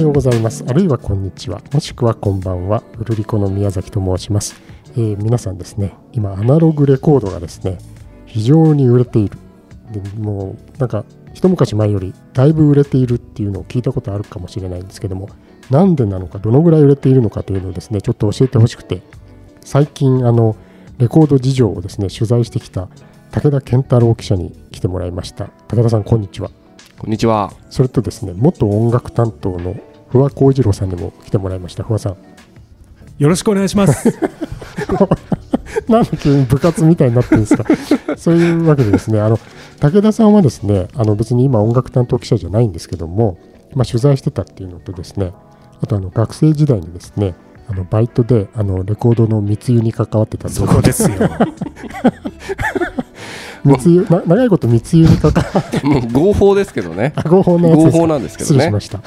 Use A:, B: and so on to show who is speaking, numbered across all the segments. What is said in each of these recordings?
A: ようございますあるいはこんにちはもしくはこんばんはウルリコの宮崎と申します、えー皆さんですね今アナログレコードがですね非常に売れているでもうなんか一昔前よりだいぶ売れているっていうのを聞いたことあるかもしれないんですけどもなんでなのかどのぐらい売れているのかというのをですねちょっと教えてほしくて最近あのレコード事情をですね取材してきた武田健太郎記者に来てもらいました武田さんこんにちは
B: こんにちは。
A: それとですね元音楽担当の不破浩二郎さんにも来てもらいました不破さん
C: よろしくお願いします。
A: なんで急に部活みたいになってるんですか そういうわけでですねあの武田さんはですねあの別に今音楽担当記者じゃないんですけども、まあ、取材してたっていうのとですねあとあの学生時代にですねあのバイトであのレコードの密輸に関わってたんで
C: そこですよ。
A: 密輸な長いこと密輸に関わ
B: もう合法ですけどね。
A: あ合法のやつ
B: 合
A: です
B: 法
A: か
B: なんですけど
A: 失礼し
B: ね
A: ま。した、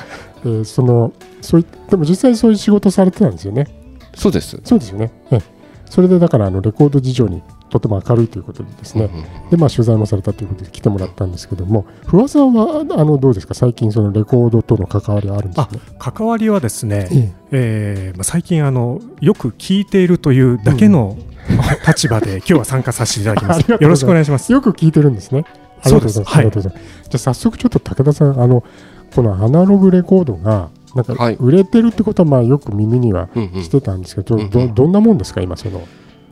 A: えーそのそういでも実際そういう仕事されてたんですよね
B: そうです。
A: そうですよね、ええそれでだからあのレコード事情にとても明るいということでですね、でまあ、取材もされたということで来てもらったんですけども不破さんはあのどうですか最近そのレコードとの関わりはあるんです
C: あ
A: か、
C: 関わりはですね、
A: ええ
C: えーまあ、最近あのよく聞いているというだけの、立場で今日は参加させていただき ま
A: あり
C: す。
A: が
C: よ
A: とうございます
C: ろしくお願いします。
A: よく聞いてるんですねありがとうございます
C: そうですはい
A: ありがとうございますじゃあ早速ちょっと武田さんあのこのアナログレコードがなんか
B: はい
A: 売れてるってことはまあよく耳には
B: うんう
A: し
B: ん、
A: てたんですけど、
B: うん
A: どどんなもんですか今その、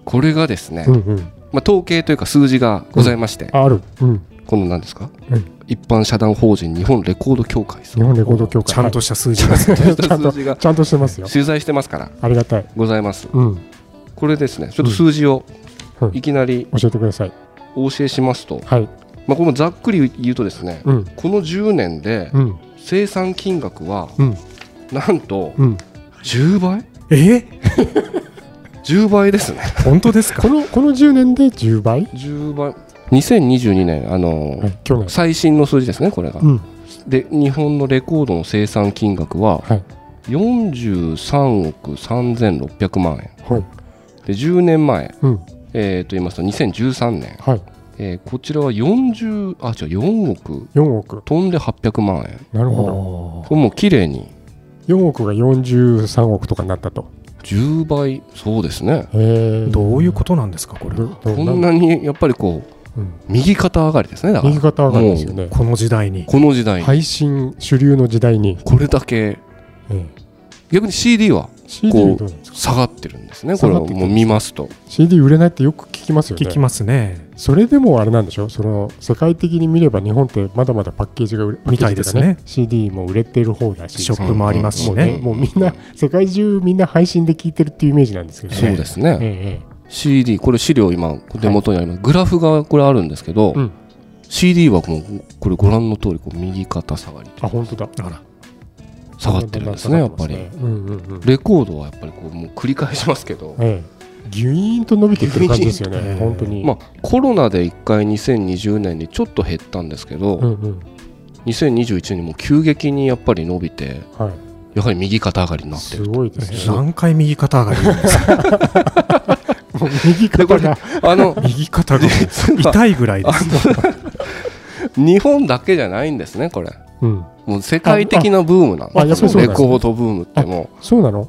B: これがですね、
A: うんうん、
B: まあ、統計というか数字がございまして、
A: あある、うん、
B: この何ですか、
A: うん
B: 一般社団法人日本レコード協会さ
A: 日
B: ん
A: 本レコード協会
C: ちゃんとした数字が。
B: ちゃん
A: ちゃん
B: と
A: と
B: 数字が
A: ちゃんとしてますよ
B: 取材してますから
A: ありがたい、
B: ございます。
A: うん、
B: これですね、ちょっと数字を
A: うん
B: いきなり
A: 教えてください
B: お教えしますと、
A: はい
B: まあ、これもざっくり言うとですね、
A: うん
B: この10年で
A: うん
B: 生産金額は
A: うん
B: なんと
A: うん
B: 10倍
C: えー
B: ?10 倍ですね。
C: 本当ですか
A: このこの10年で10倍、
B: 10倍。2022年、あのー
A: はい、去年
B: 最新の数字ですね、これが。
A: うん
B: で、日本のレコードの生産金額は
A: はい
B: 43億3600万円。
A: はい
B: で、10年前、
A: うん
B: えーと言いますと2013年、
A: はい
B: えーこちらは40、あ、違う、4億
A: 4億
B: 飛んで800万円。
A: なるほ
B: これもう綺麗に
A: ど4億が43億とかになったと
B: 10倍、そうですね。
A: へえ
C: どういう
A: こ
C: ことなんですか、これは。
B: こんなにやっぱりこう、
A: うん
B: 右肩上がりですね、だから
A: 右。肩上がりですよね
C: この時代に。
B: この時代に、
A: 配信主流の時代に、
B: これだけ、
A: え
B: 逆に CD は
A: え、CD どうなんですか
B: 下がってるんですね、これを
A: 下がってきて
B: もう見ますと。
A: CD 売れないってよく聞きますよね
C: 聞きますね。
A: それでもあれなんでしょその世界的に見れば日本ってまだまだパッケージが売れ
C: みたいですね
A: パッケージとか CD も売れてる方だし
C: ショップもありますし
A: もうね
C: ね。
A: もうみんな世界中みんな配信で聞いてるっていうイメージなんですけどね
B: そうです
A: え
B: ね、
A: ええ
B: CD、これ資料今、手元にあります、グラフがこれあるんですけど、
A: うん
B: CD はもうこれご覧の通りこう右肩下がり
A: えあ本当だ
C: あら、
B: 下がってるんですねやっぱり
A: うんうんうん
B: レコードはやっぱりこうもう繰り返しますけど、
A: ええギュイーンと伸びてってる感じですよ
C: ギュイー
A: ね
C: ンと
A: 本当に
B: まあ、コロナで1回2020年にちょっと減ったんですけど、
A: うんうん
B: 2021年にもう急激にやっぱり伸びて
A: は
B: やはり右肩上がり
A: い
B: になって
A: す
B: る
A: ごいですね
C: 何回右肩上がりなんですか
A: もう右肩が
B: あの
C: 右 肩が
B: 実は
C: 痛いぐらいです。
B: 日本だけじゃないんですねこれ
A: うん
B: もう世界的なブームなん
A: ああや
B: で
A: っ
B: す
A: ぱりそうなん
B: レ
A: ですね
B: コードブームっても
A: そうなの
B: う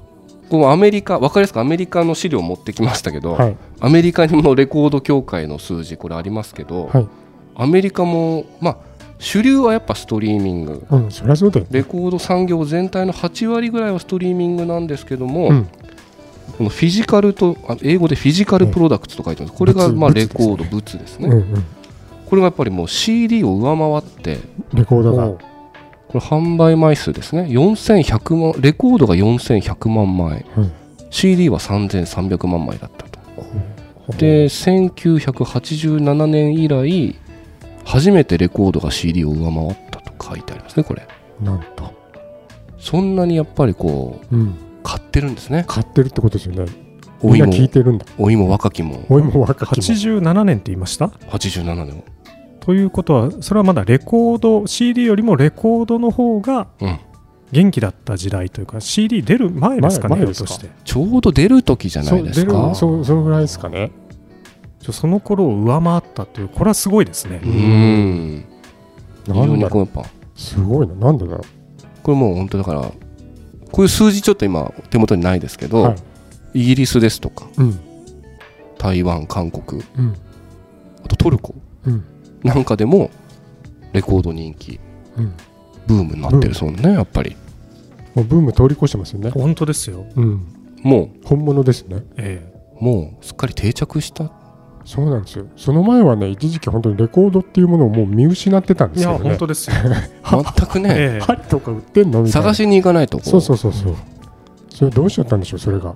B: このアメリカわかりやすくアメリカの資料持ってきましたけど、
A: はい
B: アメリカにもレコード協会の数字これありますけど、
A: はい
B: アメリカもまあ主流はやっぱストリーミング
A: うんそりゃそうだよ
B: レコード産業全体の8割ぐらいはストリーミングなんですけども、
A: うん
B: このフィジカルとあ英語でフィジカルプロダクツと書いてます、これが
A: 物
B: まあ
A: 物で
B: レ
A: すね
B: コード物ですね、
A: うんうん
B: これがやっぱりもう CD を上回って
A: レコードが
B: これ販売枚数ですね4100万レコードが4100万枚、
A: うん
B: CD は3300万枚だったとで1987年以来初めてレコードが CD を上回ったと書いてありますねこれ
A: なんと
B: そんなにやっぱりこう
A: うん
B: 買ってるんですね
A: 買ってるってことですよね
B: 老
A: みん
B: い
A: な
B: も
A: 聞いてるんだ
B: 老いも若きも
A: おいも若きも
C: 87年って言いました
B: 87年も
C: ということはそれはまだレコード CD よりもレコードの方が
B: うん
C: 元気だった時代というか CD 出る前ですかね
A: 前前
C: ひょ
A: で
C: っ
A: す
C: と
A: か
C: して
B: ちょうど出る時じゃないです
A: そう出
B: か
A: るそうそのぐらいですかね
C: ちょその頃を上回ったというこれはすごいですね
B: う、ん非
A: な
B: 常
A: ん
B: に
A: だ
B: こうやっぱ
A: すごいななんでだろう
B: これもう本当だからこういう数字ちょっと今手元にないですけど、
A: はい
B: イギリスですとか
A: うん
B: 台湾韓国
A: うん
B: あとトルコ
A: うん
B: なんかでもレコード人気
A: うん
B: ブームになってるそうねやっぱり
A: もうブーム通り越してますよね
C: 本当ですよ。
A: うん
B: も
A: 本物ですね
C: ええ
B: うもうすっかり定着した
A: そうなんですよその前はね一時期本当にレコードっていうものをもう見失ってたんで
C: い
A: す
C: や、
A: よ
C: 本
A: ね
C: 当ですよ。
B: 全 くね、
C: ええ
A: 針とか売ってんのみたいな
B: 探しに行かないとこう
A: そうそうそうそうそれどうしちゃったんでしょうそれが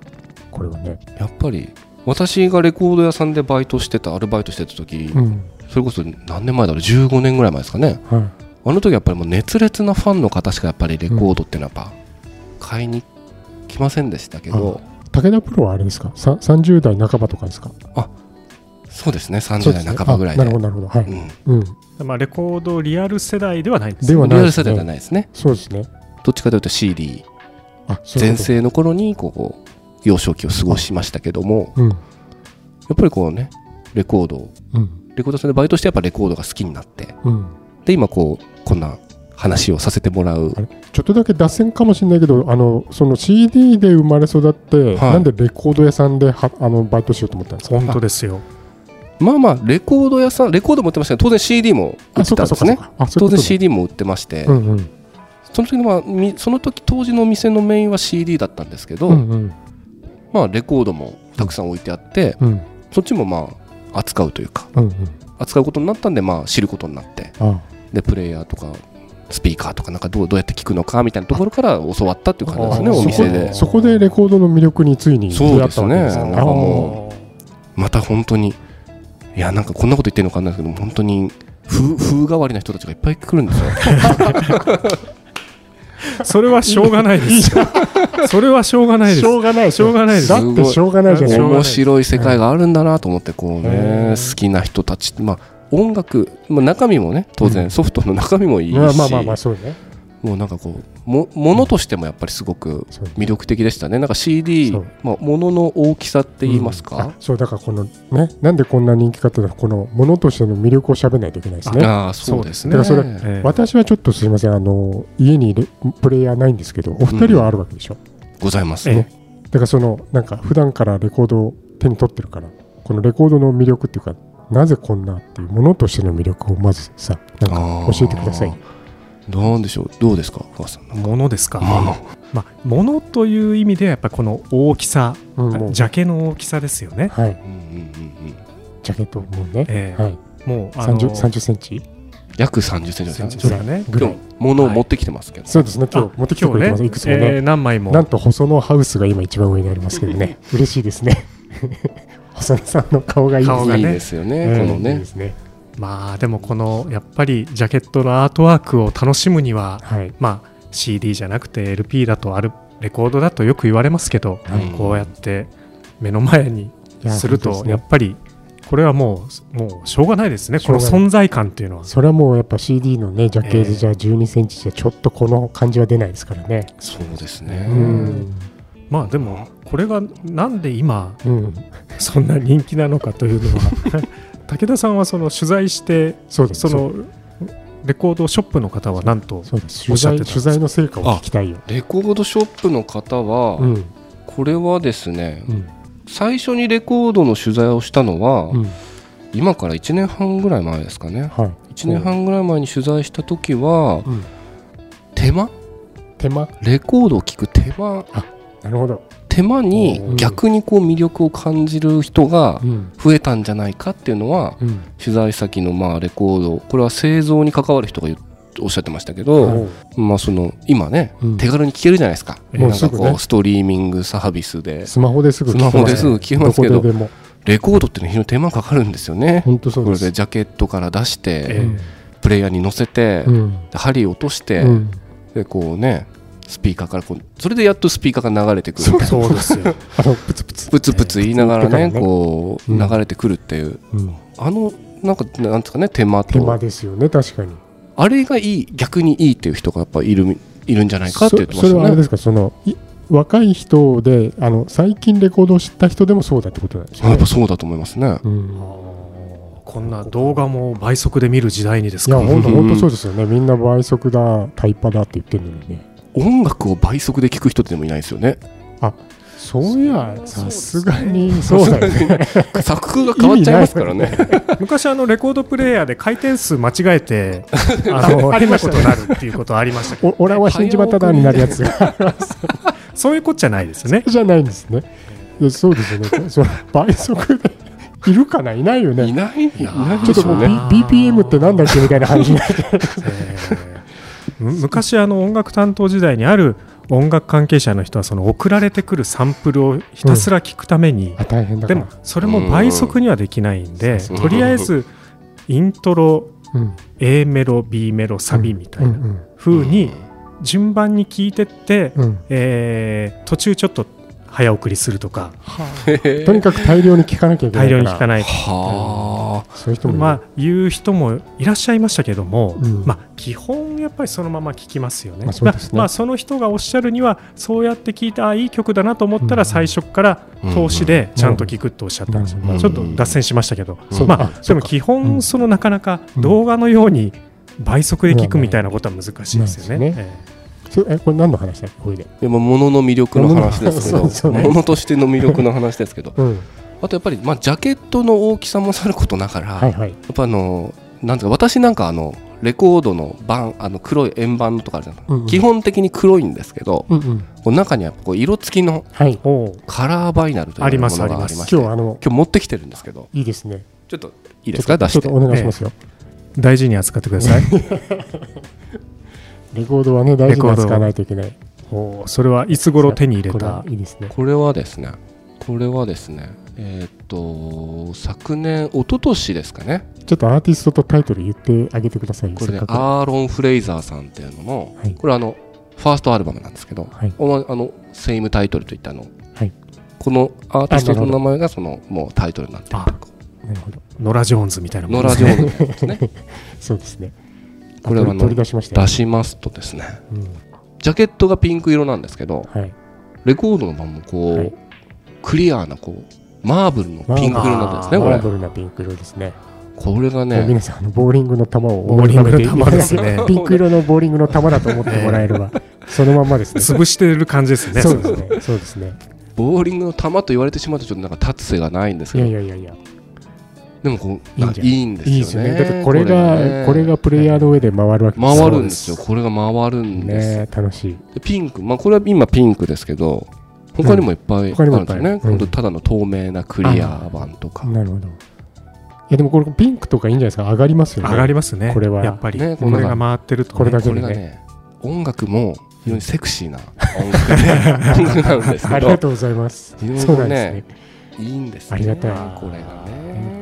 A: これはね
B: やっぱり私がレコード屋さんでバイトしてたアルバイトしてた時、
A: うん
B: それこそ何年前だろう15年ぐらい前ですかね
A: は
B: あの時やっぱりもう熱烈なファンの方しかやっぱりレコードっていうのはやっぱ買いに来ませんでしたけど、
A: い武田プロはあれですかさ30代半ばとかですか
B: そうですね30代半ばぐらい
A: そ
B: で
A: うすねあなるほどなるほどは
B: う
A: い、
B: ん、
A: うん、
C: まあ、レコードリアル世代ではないです。
A: では
B: リ
A: な
B: ア
A: い
B: ル
A: で
B: 世
A: す
B: 代じゃ
A: ね
B: ないですね
A: そうですね
B: どっちかというと CD
A: あそういう
B: 全
A: こと
B: 盛の頃にここ幼少期を過ごしましたけども
A: うん
B: やっぱりこうねレコードを
A: うん
B: レコード屋さんでバイトしてやっぱレコードが好きになって
A: うん
B: で今こうこんな話をさせてもらう
A: あれちょっとだけ脱線かもしれないけどあのその CD で生まれ育って、
B: はい
A: なんでレコード屋さんではあのバイトしようと思ったんですか
C: 本当ですよ。
B: まあまあレコード屋さんレコード持ってましたけど当然 CD も売
A: あ
B: って
A: そうか
B: たんで
A: そう
B: す
A: かそ
B: ね
A: うかあそう
B: 当
A: いうこと
B: 然
A: ね
B: CD も売ってまして、
A: うんうん
B: その時のまあみその時当時のお店のメインは CD だったんですけど、
A: うんうん
B: まあレコードもたくさん置いてあって、
A: うん
B: そっちもまあ扱うというか
A: うんうん
B: 扱うことになったんでまあ知ることになって
A: あ
B: でプレイヤーとかスピーカーとかなんかどうどうやって聞くのかみたいなところから教わったっていう感じですね
C: あ
B: お店
A: そこ
B: で
A: そこでレコードの魅力についに出
B: そう
A: 会
B: で
A: っ
B: す
A: たわけ
B: ね
A: ですね
B: なん
A: あ
B: か
A: ー
B: もうまた本当にいやなんかこんなこと言ってるのかわかんないですけど本当に風風変わりな人たちがいっぱい来るんですよ
C: それはしょうがないです。 それはしょうがないです。
A: しょうがない
C: しょうがないです
A: だってしょうがないじゃない
C: すご
B: 面白い世界があるんだなと思ってこうね
A: へー
B: 好きな人たちまあ音楽、まあ、中身もね当
A: う
B: 然ソフトの中身もいいし、
A: まあまあまあまあそうね
B: もうなんかこうもものとしてもやっぱりすごく
A: そう
B: 魅力的でしたねなんか CD
A: そう、
B: まあ、ものの大きさって言います
A: うん
B: か
A: あ、そうだからこのねなんでこんな人気かっていうのはこのものとしての魅力を喋らないといけないですね
B: ああそうですね
A: だからそれ
C: ええ
A: 私はちょっとすいませんあの家にレプレイヤーないんですけどお二人はあるわけでしょ、
B: ございます、
C: ええ
A: だからそのなんか普段からレコードを手に取ってるからこのレコードの魅力っていうかなぜこんなっていうものとしての魅力をまずさなん
B: あ
A: か
B: ー
A: 教えてください
B: なんでしょうどうですかふわさんなんか
C: ものですか。
B: もの
C: まあ、ものという意味ではやっぱりこの大きさ、
A: うんもう
C: ジャケの大きさですよね。
A: はい
B: うんうんうんうん
A: ジャケットもね、
C: ええ
A: はい、
C: もうあ
A: 3
C: の
A: 0 30センチ
B: 約3 0センチ
C: そう
B: の
C: で
B: ですす
C: よね。
A: ぐら
B: 今
A: い
B: 日物を持ってきてますけど、
A: そうですね今
C: あ
A: 日持ってきてくれてます、
C: 今
A: いくつ
C: 日
A: もね、
C: ね、えー何枚も。
A: なんと細野ハウスが今一番上にありますけど ね嬉しいですね 細野さんの顔がいいです
C: 顔が
B: い
C: ね
B: いですよね、
A: うん
B: この
A: いい
B: ね
A: ですね
C: まあでもこのやっぱりジャケットのアートワークを楽しむには、
A: はい
C: まあ、CD じゃなくて LP だとあるレコードだとよく言われますけど、
B: うん
C: こうやって目の前に
A: いや
C: する
A: 本
C: と
A: 当ですね
C: やっぱりこれはもうもうしょうがないですね
A: しょ
C: こ
A: う
C: の
A: がない
C: 存在感っていうのは
A: それはもうやっぱ CD のねジャケッ
C: え
A: ト
C: え
A: じゃ12センチじゃちょっとこの感じは出ないですからね。
B: そうですね、
A: うん
C: まあでもこれがなんで今
A: うん、
C: そんな人気なのかというのは 武田さんはその取材して
A: そうです
C: そのレコードショップの方はなんと
A: そうです
C: お
A: 取
C: っしゃっ
A: 材
C: てたんです
A: 取材の成果を聞きたいよ。
B: レコードショップの方は、
A: うん
B: これはですね、
A: うん
B: 最初にレコードの取材をしたのは、
A: うん
B: 今から1年半ぐらい前ですかね
A: はい、
B: 1年半ぐらい前に取材した時は
A: うん
B: 手間
A: 手間
B: レコードを聴く手間
A: なるほど、
B: 手間に
A: うん
B: 逆にこう魅力を感じる人が
A: うん
B: 増えたんじゃないかっていうのは
A: うん
B: 取材先のまあレコードこれは製造に関わる人が言うおっしゃってましたけど、
A: はい
B: まあその今ね
A: うん
B: 手軽に聴けるじゃないですか、
A: もう
B: なん
A: す
B: か
A: ぐ
B: こ
A: ね
B: うストリーミングサービスで
A: スマホですぐ
B: スマホですぐ聞けますけど
A: どこででも
B: レコードっていうのは非常に手間かかるんですよね。
A: 本当そ
B: こ
A: うで。
B: れですジャケットから出して、
C: ええ
B: プレイヤーに乗せて、
A: うん
B: で針落として、
A: うん
B: でこうねスピーカーからこうそれでやっとスピーカーが流れてくる
A: そうそう
C: そうですよ
A: あのプツプツ、
B: プツプツ言いながらね,、
A: プツプツ言ってからね
B: こう
A: うん
B: 流れてくるっていう、
A: うん、
B: あのなんかなんですかね手間
A: 手間
B: と
A: ですよね確かに。
B: あれがいい逆にいいっていう人がやっぱいるいるんじゃないかって言ってま
A: そそ
B: し
A: れはあれ
B: た
A: で
B: ね。
A: すかそのい若い人であの最近レコードを知った人でもそうだってことなんです
B: あ
A: よ
B: やっ
A: ね
B: ぱ。そうだと思いますね。
A: うん
C: こんな動画も倍速で見る時代にです
A: い
C: か
A: や
C: ら
A: 本当
B: うん
A: 本当そうですよねみんな倍速だタイパだって言ってるのにね
B: 音楽を倍速で聴く人ってでもいないですよね。
A: そういや
C: そう
A: さ
C: です
A: す
C: ね
A: がにそうだよね
B: 作風が変わっちゃいますからね。
C: 昔あのレコードプレイヤーで回転数間違えてあの変なことになるっていうことはありましたけど
A: お俺は死んじまったなになるやつが
C: そういうことじゃないです ね
A: じゃないんですねいやそうですよねそう倍速でいるかないないよね
B: いないいな
A: ちょ
B: いで
A: っ
B: し
A: とも
B: ょう
A: う、
B: ね。
A: B、BPM ってなんだっけみたいな感じになって
C: えーむ昔あの音楽担当時代にある音楽関係者の人はその送られてくるサンプルをひたすら聞くために、
A: あ大変だか
C: で
A: ら
C: もそれも倍速にはできないんで、
B: うん
C: とりあえずイントロ
A: うん、
C: A メロ B メロサビみたい
A: うん
C: な風に順番に聞いてって、
A: うんうん
C: えー途中ちょっと早送りするとか
B: へ
A: とに
B: ー
A: かく大量に聞かなきゃいけな
C: 大
A: いか
C: 量
A: ら
C: に聞かない
B: はあ。
A: そういう人
C: と
A: もいる、
C: まあいう人もいらっしゃいましたけども、
A: うん
C: まあ、基本やっぱりそのまま聞きますよね。
A: まあそうですね
C: まあ、その人がおっしゃるにはそうやって聞いてあいい曲だなと思った
A: うん
C: ら最初から投資でちゃんと聞くっておっしゃったんですよ、
A: なるほ
C: ちょ
A: ど
C: っと脱線しましたけど、
B: そう
C: ま
A: あ
C: あ、で
A: そう
C: も
A: か
C: 基
A: うん
C: 本そのなかなか
A: うん
C: 動画のように倍速で聞くみたいなことは難しいですよ
A: ない
C: ね。
A: です
C: え
A: そえこれ何の話だっけこれで、
B: でも物の魅力の話ですけ
A: 物の話そう
B: ど、
A: ですよね
B: 物としての魅力の話ですけど、
A: うん、
B: あとやっぱりまあジャケットの大きさもさることながら、
A: はい
B: や
A: はい
B: っぱあのなんていうか私なんかあのレコードの盤あの黒い円盤のとかあるじゃない、
A: うんうん
B: 基本的に黒いんですけど、
A: うんうん
B: こう中にはこう色付きの
A: はい
C: えおう
B: カラーバイナルという
C: あり
B: も
C: ます
B: のがありま
A: 今
B: して、
A: 日
B: 今
A: あの
B: 日持ってきてるんですけど、
A: いいですね
B: ちょっといいですか
A: ち
B: 出
A: ょ
B: し
A: っと
B: て
A: ちょ。っとお願いしますよ、
C: 大事に扱ってください。
A: レコードはね大事に使わないといけない
C: おうそれはいつ頃手に入れ
A: これ
C: た
A: は。いいですね
B: これはですね、これはですね、えーっと昨年一昨年ですかね。
A: ちょっとアーティストとタイトル言ってあげてくださいよ
B: これね
A: せっかく
B: アーロン・フレイザーさんっていうのの、
A: はい
B: これあのファーストアルバムなんですけど、
A: はい
B: おまあのセイムタイトルといったあの、
A: はい
B: このアーティスト
A: あなる
B: の
A: ほど
B: 名前がそのもうタイトルになってる
C: あ
A: なるほど
C: ノラ・ジョーンズみたいな
B: ノ
C: もんで
B: ラ・ジ
C: す
B: ョー
C: ね
B: ンズですね
A: そうですね
B: これはあ
A: あ
B: の
A: 取り出しましたよ
B: 出、しますとですね
A: うん、
B: ジャケットがピンク色なんですけど
A: はい
B: レコードの版もこう、
A: はい
B: クリアーなこうマーブルのピンク色になってるんです
A: マー
B: ねこれ
A: ブルなピンク色ですね
B: これが
A: もう
B: ね
A: 皆さんあのボーリングの球を
C: ボーリングの球ですね
A: ピンク色のボーリングの球だと思ってもらえれ ばそのまんまですね
C: 潰してる感じですね。
A: そうですねそうですね
B: ボーリングの球と言われてしまうとちょっとなんか立つ瀬がないんです
A: い
B: け
A: や
B: ど
A: いやいやいや
B: でもこう
A: いい
B: い
A: ん
B: ん
A: じゃ
B: い
A: ない
B: いんです
A: いい
B: よね
A: ですよねだってこれがこれ,、
B: ね
A: がプレイヤーの上で回るわけ
B: 回るんですよ。
A: そう
B: これが回るんです。
A: ね楽しい
B: でピンク、まあこれは今ピンクですけど、他にもいっぱいあ
A: 他に
B: る
A: もい
B: ん
A: っ
B: で
A: ぱ
B: す
A: い
B: よね。
A: うん
B: 本当ただの透明なクリア版とか。
A: なるほどいやでもこれピンクとかいいんじゃないですか上がりますよね
C: 上がりますね。
A: これは
C: やっぱり、
B: ね
C: これが回ってると、ね。
A: これだけ
B: こ
A: で
B: れが
A: ね
B: ね、音楽も非常にセクシーな 音楽音楽なんです
A: あ
B: け
A: りが
B: ど、
A: とうございます
B: いろいろ
A: そうなんですね
B: いいんですね。
A: ありがたい
B: これがね。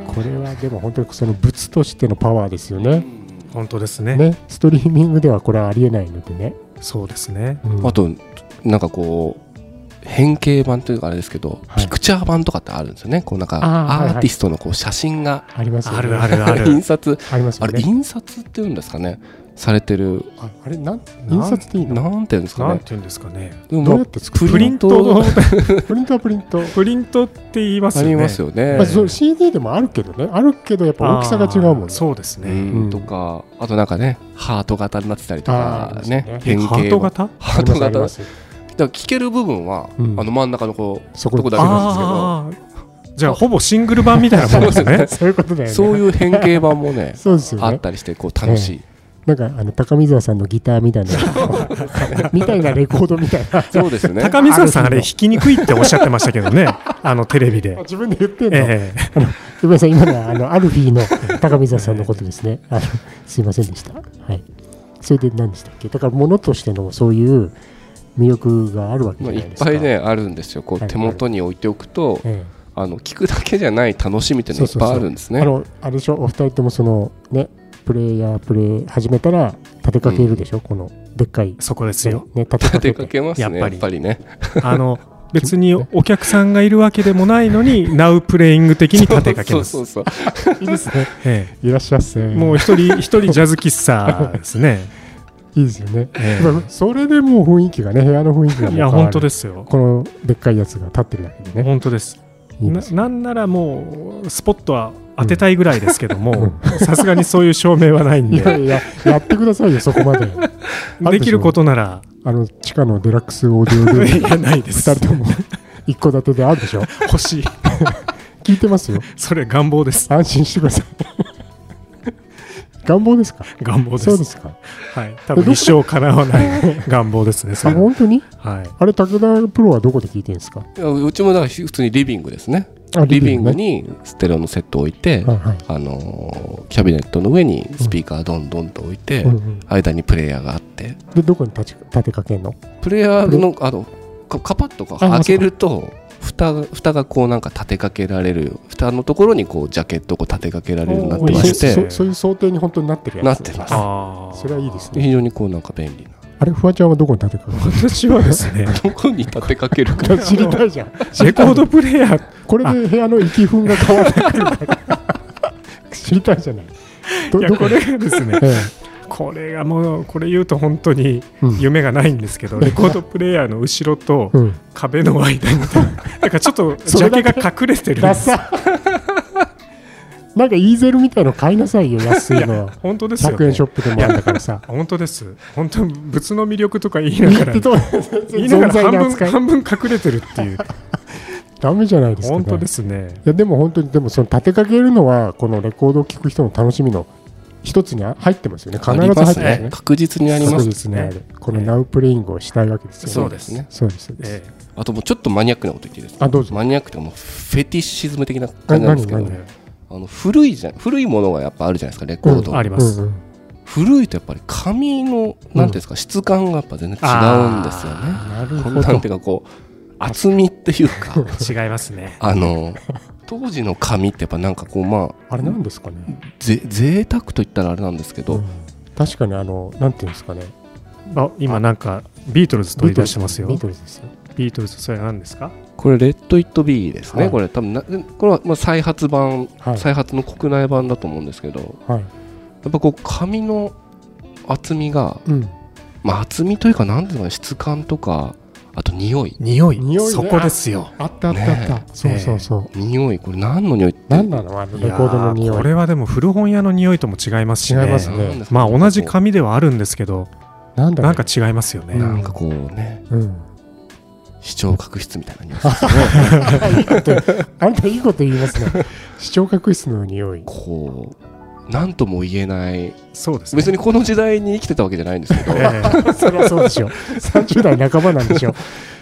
A: これはでも本当にその物としてのパワーですよね
C: 本当ですね
A: ねストリーミングではこれはありえないのでね、
C: そうですね。
A: うん
B: あと、なんかこう、変形版というかあれですけど、
A: はい
B: ピクチャー版とかってあるんですよね。こうなんか
A: あーはい
B: アーティストのこう写真が
A: ありますよね
C: あるあるある
B: 印。刷
A: ありますよ
B: あれ
A: ね
B: 印刷っていうんですかねされてる
A: ああれなん印刷っていいの
B: なんていうんですか
C: なん
B: ね
C: て言うんですかね。
B: でも
A: どうやって作る
C: プリントの、
A: プリントはプリント
C: プリントって言います
B: あ
C: よね。
B: りますよね
A: まあ、それ CD でもあるけどねあるけどやっぱ大きさが違うもん
C: あー
A: ね
C: そうです
B: う
C: ね。
B: ん
A: うん
B: とかあとなんかねハート型になってたりと
A: あーあり
B: か
A: ますね
B: ね
A: え
B: 変
C: ハ
B: 形
C: ート型
B: ハート
A: あり
B: 型
A: ま
B: だか
A: すありま
B: ら聞ける部分はあ
A: うん
B: の真ん中のこう
A: すそこ。
B: どこだけな
C: あーじゃあ、ほぼシングル版みたいなもんですね
A: そういうことだよね
B: そういう変形版もね
A: そうですよ
B: あっ
A: ね
B: たりしてこう楽しい
A: なんかあの高見沢さんのギターみたいなみたいなレコードみたいな
B: そうですね
C: 高見沢さん、
A: あ
C: あ
A: る
C: れ、
A: 日
C: 弾きにくいっておっしゃってましたけどね。あの、テ レビで。
A: 自分で言ってんの、
C: ええ
A: ごめんなさい今のはあのアルフィーの高見沢さんのことですねあのすいませんでしたはいそれで何でしたっけだから物としてのそういう魅力があるわけじ
B: ま
A: ゃ
B: あ
A: ないい
B: っ
A: ですか
B: ぱいね、あるんですよこ
A: は
B: う
A: い
B: 手元に置いておくと
A: ええ
B: あの聞くだけじゃない楽しみっていうのがいっぱいあるんですね
A: あのあれでしょお二人ともそのねプレイヤープレイ始めたら立てかけるでしょ、このでっかい
C: そこです
A: ね
C: よ。
A: ね立てか
B: 出
A: け
B: か
A: て
B: けますね
C: やっ
B: や
C: ぱ
B: っ
C: り
B: ぱりね
C: あの、別にお客さんがいるわけでもないのに、ナウプレイング的に立てかけま す
B: そう。そうそう
A: いいですね
C: え
A: いらっしゃいませ
C: えもう一人、一人ジャズ喫茶ですね。
A: いいですよね、
C: ええ
A: まあそれでもう雰囲気がね部屋の雰囲気がもう
C: い
A: 変
C: や、
A: わる
C: 本当ですよ。
A: このでっかいやつが立ってるだけでね
C: 本当です。
A: いい
C: な
A: です
C: なんならもう、スポットは当てたいぐらいですけども、さすがにそういう証明はないん
A: いや
C: で、
A: いや、やってくださいよ、そこまで。ある
C: で
A: で
C: き
A: しょ
C: ることなら、
A: あの、地下のデラックスオーディオル
C: い
A: ーム、
C: や、ないです
A: 二。人とも、一戸建てであるでしょ。
C: 欲しい。
A: 聞いてますよ。
C: それ願望です。
A: 安心してください。願望ですか
C: 願望で。
A: そうですすか。
C: はい。多分一生叶わない願望ですね、そ
A: あ、
C: れは
A: 本当に
C: はい。
A: あれ、武田プロはどこで聞いてるんですか
B: いやうちもだから普通にリビングですね
A: あ
B: リビング
A: ね
B: にステレオのセットを置いて、
A: はいはい。
B: あのーキャビネットの上にスピーカーどんどんと置いて、
A: うんうん
B: 間にプレイヤーがあって
A: で、どこに立ち立てかけんの
B: プレイヤーのあのかカパッとか
A: あ
B: 開けると蓋が蓋がこうなんか立てかけられる蓋のところにこうジャケットをこう立てかけられるようになってま
A: そ
B: し
C: おーいいです
B: て
C: ね
A: そそういう想定に本当になってるやつ。
B: なってます
C: ああ。
A: それはいいですね。
B: 非常にこうなんか便利な
A: あれ、フワちゃんはどこに立てかける
C: 私はですね、
B: どこに立てかけるか
A: の 知りたいじゃん。
C: レコードプレイヤー、
A: これで部屋の息分が変わってくるから。 知りたいじゃない。ど
C: いや
A: ど
C: こ
A: こ
C: れ
A: で、
C: がですね、
A: え
C: これがもう、これ言うと本当に
A: えうん
C: 夢がないんで すけど、レコードプレイヤーの後ろと
A: うん、
C: 壁の間 に、なんかちょっとジ
A: それ
C: ャケ
A: だ
C: が
A: け
C: 隠れてるんで
A: ダ
C: す。
A: サ なんかイーゼルみたいの買いなさいよ、安いのは。
C: 本当ですよ、ね。
A: 100円ショップでもあるんだからさ。
C: 本当です。本当、物の魅力とか言いな
A: 言
C: が
A: って
C: ら、
A: と、
C: 言
A: 全
C: い
A: 然
C: なが
A: 存在
C: ら
A: の
C: 半
A: 扱
C: 分
A: い。
C: 半分隠れてるって いう、
A: ダメじゃないですか、
C: 本当で。すね。
A: いや、でも本当に、でもその立てかけるのは、このレコードを聴く人の楽しみの一つに入ってますよね。必ず入ってます
B: あ
A: ね
B: りま。確実にありま
A: そう
B: す
A: ですね。このナウプレイングをしたいわけですよね。
B: そうですね
A: そうです。そうです
C: ええ
B: あともうちょっとマニアックなこと言っていいですか
A: あどうぞ
B: マニアックというかもうフェティシズム的な感じなんですけ
A: え
B: ど
A: 何何
B: あの古いじゃん古いものがやっぱあるじゃないですかレコード、
C: あります。
A: うんうん
B: 古いとやっぱり紙の何ていうんですか、質感がやっぱ全然違うんですよね
A: なる
B: こん
A: ほ
B: なん
A: ど
B: て。いうかこう厚みっていうか
C: 違いますね。
B: あの当時の紙ってやっぱなんかこうまあ
A: あれなんですかね。
B: ぜ贅沢と言ったらあれなんですけど、
A: うん確かにあの、なんていうんですかね。
C: あ今なんかビートルズ取り出してますよ
A: ビー。トルズですよ。
C: ビートルズそれ何ですか？
B: これレッド・イット・ビーですね、
A: はい
B: これ多分なこれはまあ再発版、
A: はい
B: 再発の国内版だと思うんですけど
A: はい。
B: やっぱこう紙の厚みが、
A: うん。
B: まあ、厚みというか何ていうのかな質感とかあと匂い
C: 匂
A: い匂いねそこです
C: よ。
A: あったあったあった。
B: ね
A: そうそうそう。
B: 匂いこれ何の匂いって
A: 何なのあのレコードの匂い。
C: これはでも古本屋の匂いとも違いますしね。
A: 違いますね
B: なんですか
C: まあ同じ紙ではあるんですけど、
A: なんだろ
C: な
A: うん
C: か違いますよね。
A: う
B: なんかこうね
A: うん。
B: 視聴覚室みたいな匂い
A: いいことあんたいいこと言いますね。視聴覚室の匂い。
B: こう何とも言えない
C: そうですね。
B: 別にこの時代に生きてたわけじゃないんですけど
C: え
A: そりゃそうでしょ。30代半ばなんでしょ。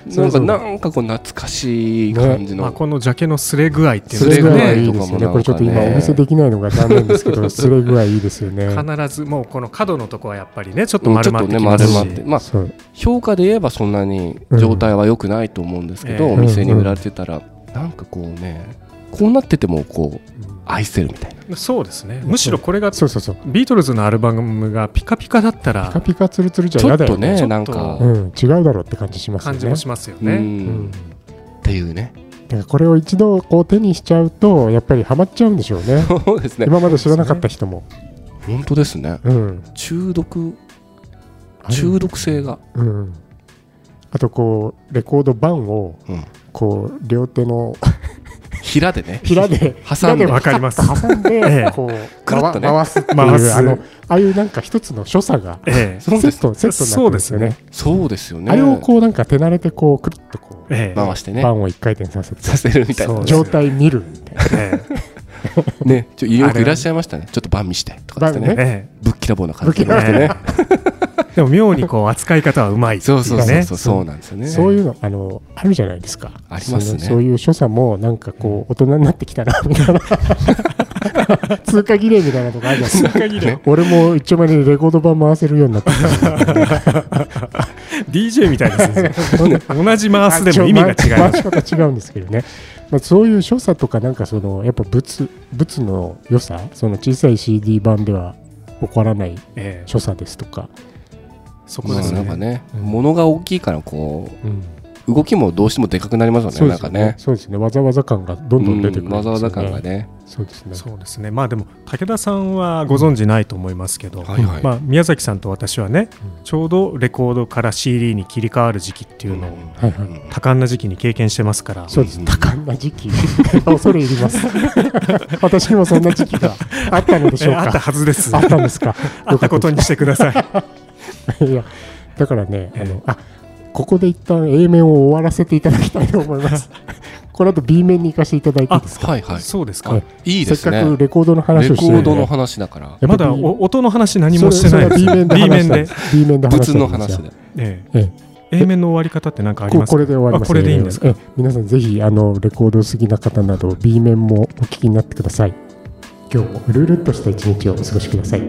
B: なんかなんかこう懐かしい感じ
C: えまあ
B: の、
C: このジャケのすれ具合ってい
A: そ
C: うんで
A: れ
C: す
A: ぐ
C: から
A: いは
C: ね。
A: いいですよね。これちょっと今
B: ね
A: お見せできないのが残念ですけど、それぐらいいいですよね。
C: 必ずもうこの角のとこはやっぱりねちょっと
B: うんち
C: 丸
B: ょっ
C: まっ
B: と
C: て
B: ね丸まっ
C: きますし、
B: てまあ
A: そう。
B: 評価で言えばそんなに状態は良くないと思うんですけど、
C: うん
B: お店に売られてたら、なんかこうねこうなっててもこう愛せるみたいな
C: そうですねむしろこれが
A: そうそうそう。
C: ビートルズのアルバムがピカピカだった
A: ピカ
C: ら
A: ピカツルツルじゃ
B: ちょ
A: 嫌
B: っ
A: だ
B: と
A: よ
B: ね
A: ね。
B: なんか、
A: うん、違うだろうって感じしますよね。
C: 感じもしますよ
B: う
C: ね。
A: うんん
B: っていうね
A: だからこれを一度こう手にしちゃうと、やっぱりハマっちゃうんでしょうね。
B: そうですね
A: 今まで知らなかった人も。
B: 本当ですね
A: うん。
B: 中毒中毒性が、
A: うん。あとこう、レコード盤を、
B: うん
A: こう、両手の
B: 平でね
A: 平で、
B: 挟んで
A: 平
C: わかります
A: パッと挟ん
C: ええ
A: で、こう、
B: くるっとね
A: 回すっていう、
C: 回す
A: あの、ああいうなんか一つの所作が、
C: ええ
A: セット、セットにな
C: そ
A: っ
C: う
A: て
C: で
A: ます
C: す
A: よね
C: ね。。
B: そうですよね
A: あれをこうなんか手慣れてこうくるっとこ
C: ええ
B: 回して
A: う
B: ね
A: 盤を一回転させて
B: させるみたいな
C: そうですよ
A: 状態見るみたいな
C: ええ
B: ね、ちょよ
C: あ
B: く
C: れ
B: いらっしゃいましたね。ちょっと晩見してとかです
A: 晩ね
B: ね。
C: え
B: ぶっきらぼうな感じで
A: ぶっきらぼ
B: ね。
A: う
C: えでも妙にこう扱い方はうまいってい
B: そうそうそう
C: ね
B: そう、そうなんですよね。
A: そういうのあのあるじゃないですか
B: ありますね
A: そのそういう所作もなんかこう大人になってきたなみたい な通過儀礼みたいなとこあるじゃないですか
C: 限 り
A: 俺も一丁前にレコード盤回せるようになった
C: DJ みたいですね同じ回すでも意味が違い
A: 回
C: ます
A: し方違うんですけどね、まあ、そういう所作とかなんかそのやっぱ物物の良さその小さい CD 版では起こらない
C: ええ
A: 所作ですとか、
C: そこ
B: ま
C: で
B: あ
C: す
B: なんか
C: ね
B: ね、
A: うん
B: 物が大きいからこう動きもどうしてもでかくなりますよね
A: そうで
B: なん
A: す
B: か
A: よ
B: ね
A: そうですね。わざわざ感がどんどん出てくるんですよ、
B: うんわざわざ感が。ね
A: そうですね。
C: そうですね、まあ、でも武田さんはご存じないと思いますけど、
B: はいはい
C: まあ、宮崎さんと私はね、
A: うん
C: ちょうどレコードから CD に切り替わる時期っていうのを、
A: はいはい
C: 多感な時期に経験してますから、
A: そうです
B: うん
A: 多感な時期恐れ入ります 私にもそんな時期があったのでしょう
C: え
A: か
C: あったはずです
A: あ。ったんですか
C: あったことにしてください。
A: いやだからねあ
C: ええ
A: のあここで一旦 A 面を終わらせていただきたいと思いますこの後 B 面に行かせていただいていいですか
B: はいはい
C: そうですか、
A: はい
B: いいです
A: せっかく
B: ね
A: レコードの話
B: レ
A: をして
B: コ
A: る
B: ー
A: んで
B: ドの話だから
A: やっぱ
C: まだ
A: B-
C: お音の話何もしてな
A: そ
C: い
A: れそれは B 面で
C: B 面で
A: 話したん B 面で話したんです
B: 物の話で
C: ええ
A: え
C: A 面の終わり方って何かあ
A: え
C: り
A: こ
C: ますか
A: これで終わります
C: あこれでいいんですか、
A: ええ皆さんぜひあのレコード好きな方など B 面もお聞きになってください今日もうるるっとした一日をお過ごしください